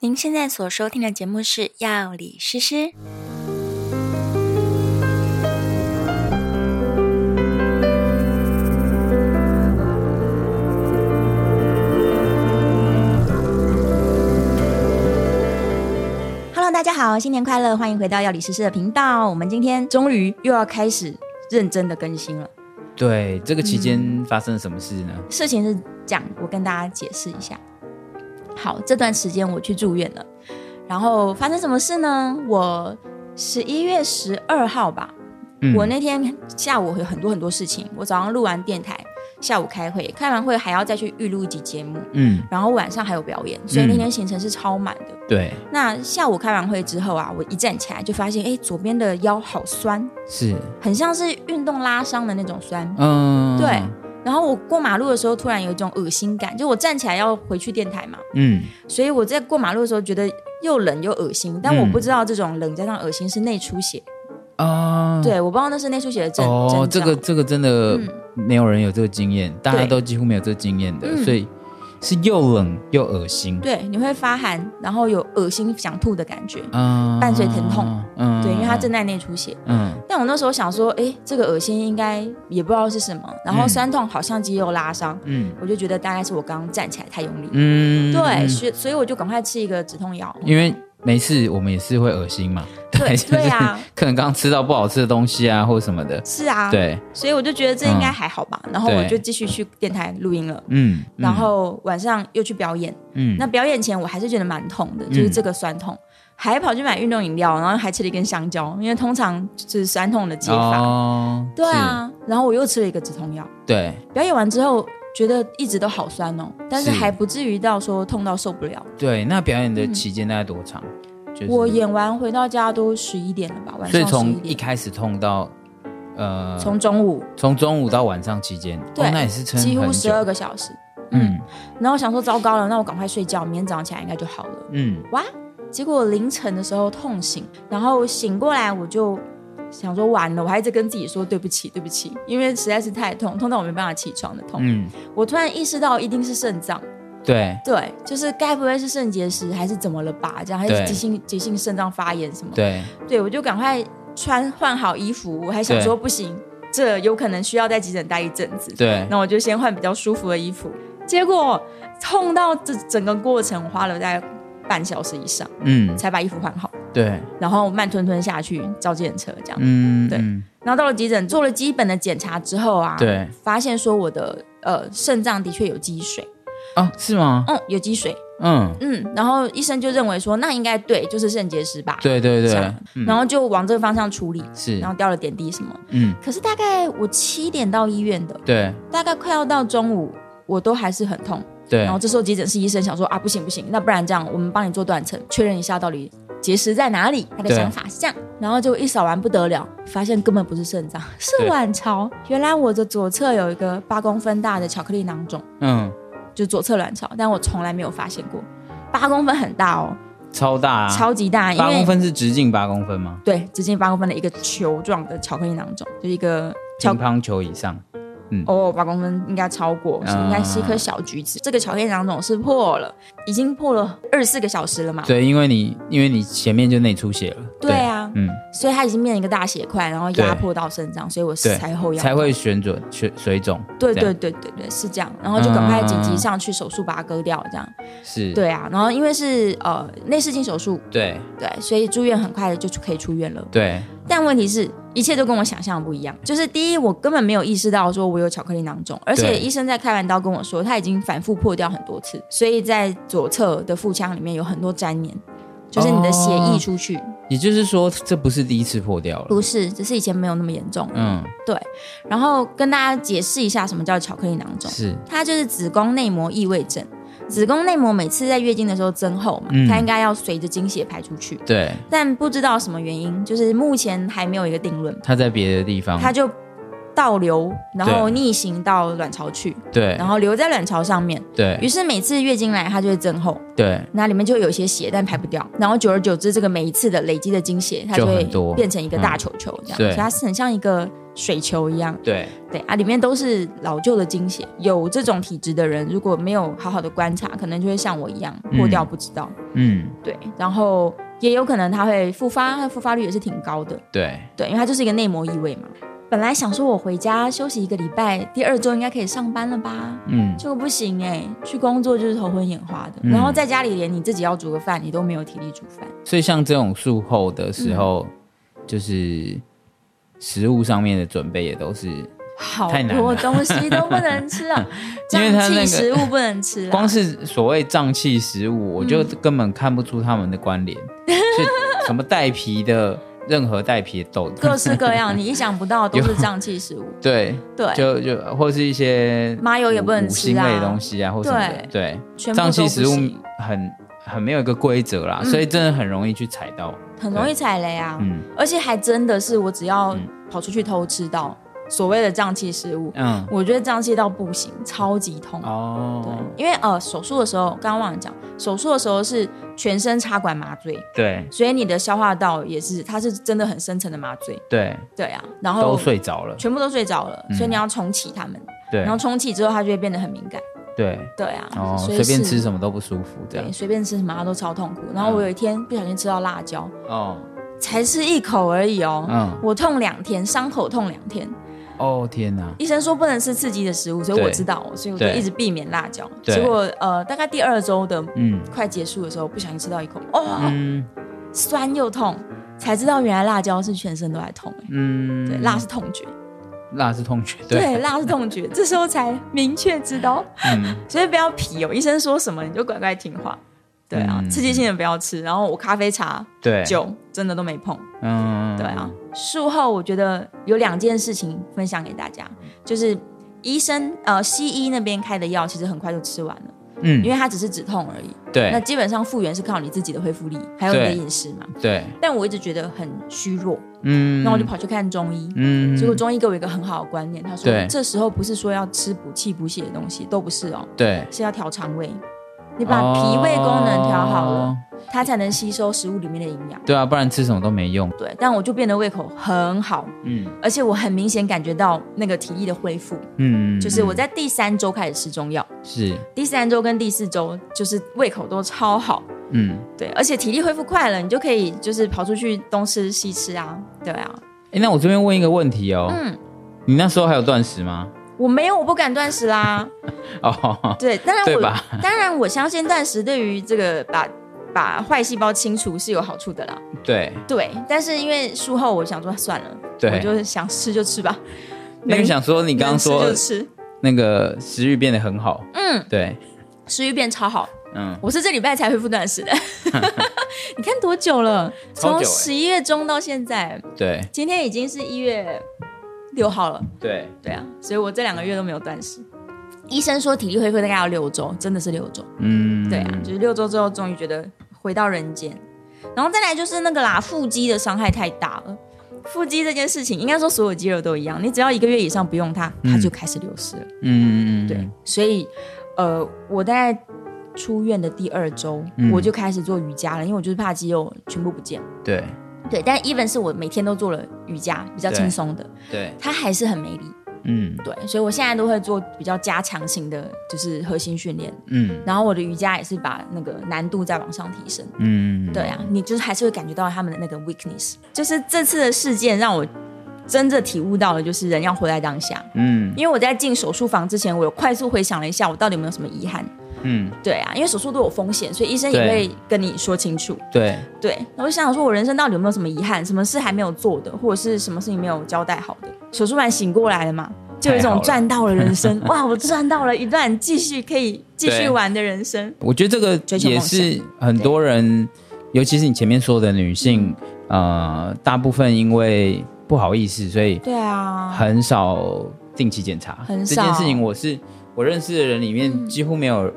您现在所收听的节目是《药理诗诗》。Hello，大家好，新年快乐！欢迎回到《药理诗诗》的频道。我们今天终于又要开始认真的更新了。对，这个期嗯间发生了什么事呢？事情是这样，我跟大家解释一下。好，这段时间我去住院了，然后发生什么事呢？我十一月十二号吧，嗯我那天下午有很多很多事情，我早上录完电台，下午开会，开完会还要再去预录一集节目，嗯，然后晚上还有表演，所以那天行程是超满的。对，那下午开完会之后啊，我一站起来就发现，哎，左边的腰好酸，是，很像是运动拉伤的那种酸。嗯，对，然后我过马路的时候，突然有一种恶心感，就我站起来要回去电台嘛，嗯，所以我在过马路的时候觉得又冷又恶心，但我不知道这种冷加上恶心是内出血，啊，，对，我不知道那是内出血的症哦，症这状个这个真的嗯没有人有这个经验，大家对都几乎没有这个经验的，嗯所以是又冷又恶心，对，你会发寒，然后有恶心想吐的感觉，嗯，伴随疼痛，嗯对，因为它正的，在内出血。嗯但我那时候想说，哎，这个恶心应该也不知道是什么，然后嗯酸痛好像肌肉拉伤，嗯我就觉得大概是我刚刚站起来太用力，嗯，对，所以所以我就赶快吃一个止痛 药，因为每次我们也是会恶心嘛，对 就是对啊可能刚刚吃到不好吃的东西啊，或什么的，是啊，对，所以我就觉得这应该还好吧，然后我嗯对就继续去电台录音了。嗯，然后晚上又去表演，嗯，那嗯表演前我还是觉得蛮痛的，就是这个酸痛，还跑去买运动饮料，然后还吃了一根香蕉，因为通常就是酸痛的解法。哦，对啊，然后我又吃了一个止痛药。是，对，表演完之后觉得一直都好酸哦，但是是还不至于到说痛到受不了。对，那表演的期间大概多长？就是嗯我演完回到家都十一点了吧，晚所以上十从一点，开始痛到呃，从中午从中午到晚上期间，对哦那也是撑几乎很十久二个小时。嗯然后我想说糟糕了，那我赶快睡觉，明天早上起来应该就好了。嗯哇！结果凌晨的时候痛醒，然后醒过来我就想说完了，我还一直跟自己说对不起，对不起，因为实在是太痛，痛到我没办法起床的痛。嗯，我突然意识到一定是肾脏，对对，就是该不会是肾结石还是怎么了吧？这样还是对急性急性肾脏发炎什么？对，对，我就赶快穿换好衣服，我还想对说不行，这有可能需要在急诊待一阵子。对那我就先换比较舒服的衣服，结果痛到这整个过程花了大概半小时以上。嗯才把衣服换好，对然后慢吞吞下去叫计程车这样。嗯对嗯然后到了急诊做了基本的检查之后啊，，对发现说我的呃肾脏的确有积水，啊是吗？嗯，有积水，嗯，嗯，然后医生就认为说那应该对，就是肾结石吧，对对这对样，然后就往这个方向处理，是然后掉了点滴什么。嗯可是大概我七点到医院的，对大概快要到中午。我都还是很痛，对然后这时候急诊室医生想说啊，不行不行，那不然这样，我们帮你做断层，确认一下到底结石在哪里。他的对想法是这样，然后就一扫完不得了，发现根本不是肾脏，是对卵巢。原来我的左侧有一个八公分大的巧克力囊肿，嗯就左侧卵巢，但我从来没有发现过。八公分很大哦，超大啊，超级大，因八公为分是直径八公分吗？对，直径八公分的一个球状的巧克力囊肿，就一个巧乒乓球以上，哦，八公分应该超过，是应该是一颗小橘子。这个巧克力囊肿是破了，已经破了二十四个小时了嘛？对，因为你因为你前面就内出血了，对啊嗯，所以它已经变成一个大血块，然后压迫到肾脏，所以我对才后腰才会旋转血水肿，对这样对对对对是这样，然后就赶快紧急上去手术把它割掉，这样、是，对啊，然后因为是呃内视镜手术，对对，所以住院很快就可以出院了。对但问题是一切都跟我想象的不一样，就是第一我根本没有意识到说我有巧克力囊肿，而且对医生在开完刀跟我说他已经反复破掉很多次，所以在左侧的腹腔里面有很多粘连。就是你的血哦溢出去，也就是说，这不是第一次破掉了。不是，只是以前没有那么严重。嗯，然后跟大家解释一下什么叫巧克力囊肿，是，它就是子宫内膜异位症。子宫内膜每次在月经的时候增厚嘛，嗯它应该要随着经血排出去，对，但不知道什么原因，就是目前还没有一个定论，它在别的地方，它就倒流，然后嗯对逆行到卵巢去，对然后留在卵巢上面。于对是每次月经来，它就会增厚，对，那里面就会有一些血，但排不掉。然后久而久之，这个每一次的累积的经血，它就会很多嗯变成一个大球球，这样，对所以它是很像一个水球一样。对，对啊，里面都是老旧的精血。有这种体质的人，如果没有好好的观察，可能就会像我一样破掉，嗯不知道。嗯，对，然后也有可能它会复发，它的复发率也是挺高的。对，对，因为它就是一个内膜异位嘛。本来想说我回家休息一个礼拜，第二周应该可以上班了吧？嗯，结果不行哎、去工作就是头昏眼花的，嗯然后在家里连你自己要煮个饭，你都没有体力煮饭。所以像这种术后的嗯时候，就是食物上面的准备也都是，好太难多了东西都不能吃啊， 因为胀它那气食个物不能吃啊。光是所谓胀气食物，我嗯就根本看不出它们的 关联，是什么带皮的，任何带皮的豆，各式各样，你意想不到都是胀气食物。 对，对，就就或是一些麻油也不能五吃辛啊类的东西啊，或什么的，对，全部都脏不器食物嗯行嗯很很没有一个规则啦，所以真的很容易去踩到，很容易踩雷啊。嗯而且还真的是，我只要嗯跑出去偷吃到所谓的胀气食物，嗯，我觉得胀气到不行，超级痛。对哦，，因为呃，手术的时候刚刚忘了讲，手术的时候是全身插管麻醉，对所以你的消化道也是，它是真的很深层的麻醉。对，对啊，然都后睡着了，全部都睡着了，嗯所以你要重启它们，对然后重启之后它就会变得很敏感。对，对啊，哦，所随以便是吃什么都不舒服这对，样，嗯随便吃什么它都超痛苦。然后我有一天不小心吃到辣椒，哦，才吃一口而已哦，嗯，我痛两天，伤口痛两天。哦天哪，医生说不能吃刺激的食物，所以对我知道，哦所以我就对一直避免辣椒。对结果呃，大概第二周的嗯快结束的时候，不小心吃到一口，哦，嗯酸又痛，才知道原来辣椒是全身都在痛、欸嗯，对，辣是痛觉，辣是痛觉，对，对，辣是痛 觉，这时候才明确知道，嗯所以不要皮哦，医生说什么你就乖乖听话。对啊，嗯刺激性的不要吃，然后我咖啡、茶、对，酒真的都没碰。嗯对啊，，术后我觉得有两件事情分享给大家，就是医生呃西医那边开的药其实很快就吃完了，因嗯为它只是止痛而已。那对基本上复原是靠你自己的恢复力，还有你的对饮食嘛。对，但我一直觉得很虚弱，嗯，那我就跑去看中医。嗯，结果中医给我一个很好的观念，他说对这时候不是说要吃补气补血的东西，都不是哦，对。是要调肠胃。你把脾胃功能调好了，哦它才能吸收食物里面的营养。对啊，不然吃什么都没用。对，但我就变得胃口很好，嗯而且我很明显感觉到那个体力的恢复，嗯，就是我嗯在第三周开始吃中药，是第三周跟第四周就是胃口都超好，嗯，对，而且体力恢复快了，你就可以就是跑出去东吃西吃啊，对啊，哎，那我这边问一个问题哦，嗯，你那时候还有断食吗？我没有，我不敢断食啦，哦，对，当然对我吧？当然我相信断食对于这个把把坏细胞清除是有好处的啦，对对，但是因为术后我想说算了，对我就是想吃就吃吧，因为想说你刚能刚吃说就吃，那个食欲变得很好，嗯，对，食欲变超好。嗯，我是这礼拜才恢复断食 的，你看多久了？从超久欸十一月中到现在，对今天已经是一月六号了。对，对啊，所以我这两个月都没有断食。医生说体力恢复大概要六周，真的是六周。嗯，对啊，就是六周之后终于觉得回到人间。然后再来就是那个啦，腹肌的伤害太大了。腹肌这件事情，应该说所有肌肉都一样，你只要一个月以上不用它，它嗯就开始流失了。嗯，嗯嗯，对，所以呃，我大概出院的第二周，嗯我就开始做瑜伽了，因为我就是怕肌肉全部不见。对对，但 even 是我每天都做了瑜伽，比较对轻松的，对，它还是很没力。嗯对，所以我现在都会做比较加强型的，就是核心训练。嗯然后我的瑜伽也是把那个难度再往上提升。嗯，对啊，你就是还是会感觉到他们的那个 weakness。就是这次的事件让我真正体悟到了，就是人要活在当下。嗯因为我在进手术房之前，我有快速回想了一下，我到底有没有什么遗憾。嗯，对啊，因为手术都有风险，所以医生也对会跟你说清楚。对对，那我就想想说，我人生到底有没有什么遗憾，什么事还没有做的，或者是什么事情没有交代好的？手术完醒过来了嘛，就有一太好种了赚到了人 生，哇，我赚到了一段继续可以继续对玩的人生。我觉得这个追求也梦想是很多人，尤其是你前面说的女性，嗯呃，大部分因为不好意思，所以对啊，很少定期检查。很这少嗯件事情，我是我认识的人里面几乎没有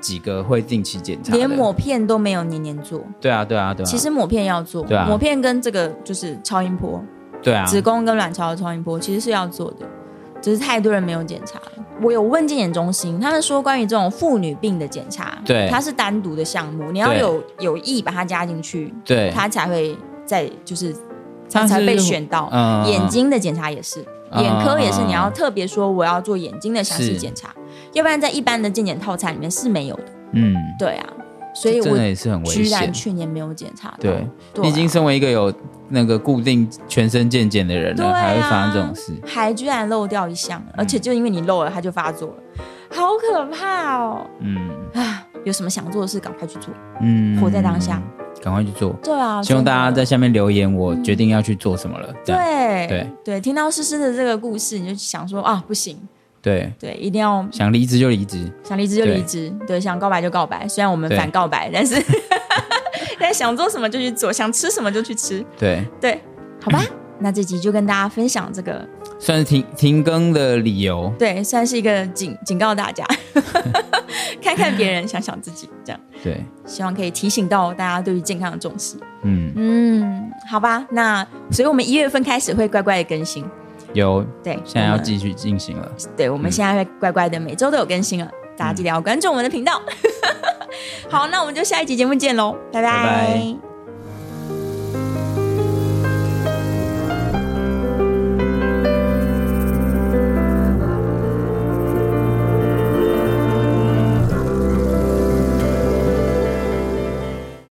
几个会定期检查的。连抹片都没有年年做，对啊，对啊，对啊，其实抹片要做，对啊抹片跟这个就是超音波，对啊，子宫跟卵巢的超音波其实是要做的，只是太多人没有检查了。我有问健检中心，他们说关于这种妇女病的检查，对它是单独的项目，你要对有有意把它加进去，对它才会在就是才它才是被选到。嗯眼睛的检查也是，嗯眼科也是，你要特别说我要做眼睛的详细是检查，要不然在一般的健检套餐里面是没有的。嗯，对啊，所以这真我的也是很危居然险。去年没有检查到。对，对啊你已经身为一个有那个固定全身健检的人对了，啊还会发生这种事，还居然漏掉一项，而且就因为你漏了，它就发作了，好可怕哦！嗯啊，有什么想做的事赶快去做。嗯，活在当下，赶快去做。对啊，希望大家真的在下面留言，我决定要去做什么了。这样对对听到诗诗的这个故事，你就想说啊，不行，对，对，一定要想离职就离职，想离职就对离职，对，想告白就告白。虽然我们对反告白，但是 但想做什么就去做，想吃什么就去吃，对，对，好吧。嗯那这集就跟大家分享这个，算是停停更的理由。对，算是一个警警告大家， 看看别人，想想自己，这样对，希望可以提醒到大家对于健康的重视。嗯，嗯，好吧，那所以我们一月份开始会乖乖的更新，有，对，现我在要们继续进嗯行了。对，我们现在会乖乖的每周都有更新了， 大家记得要关注我们的频道。好，那我们就下一集节目见喽，拜拜拜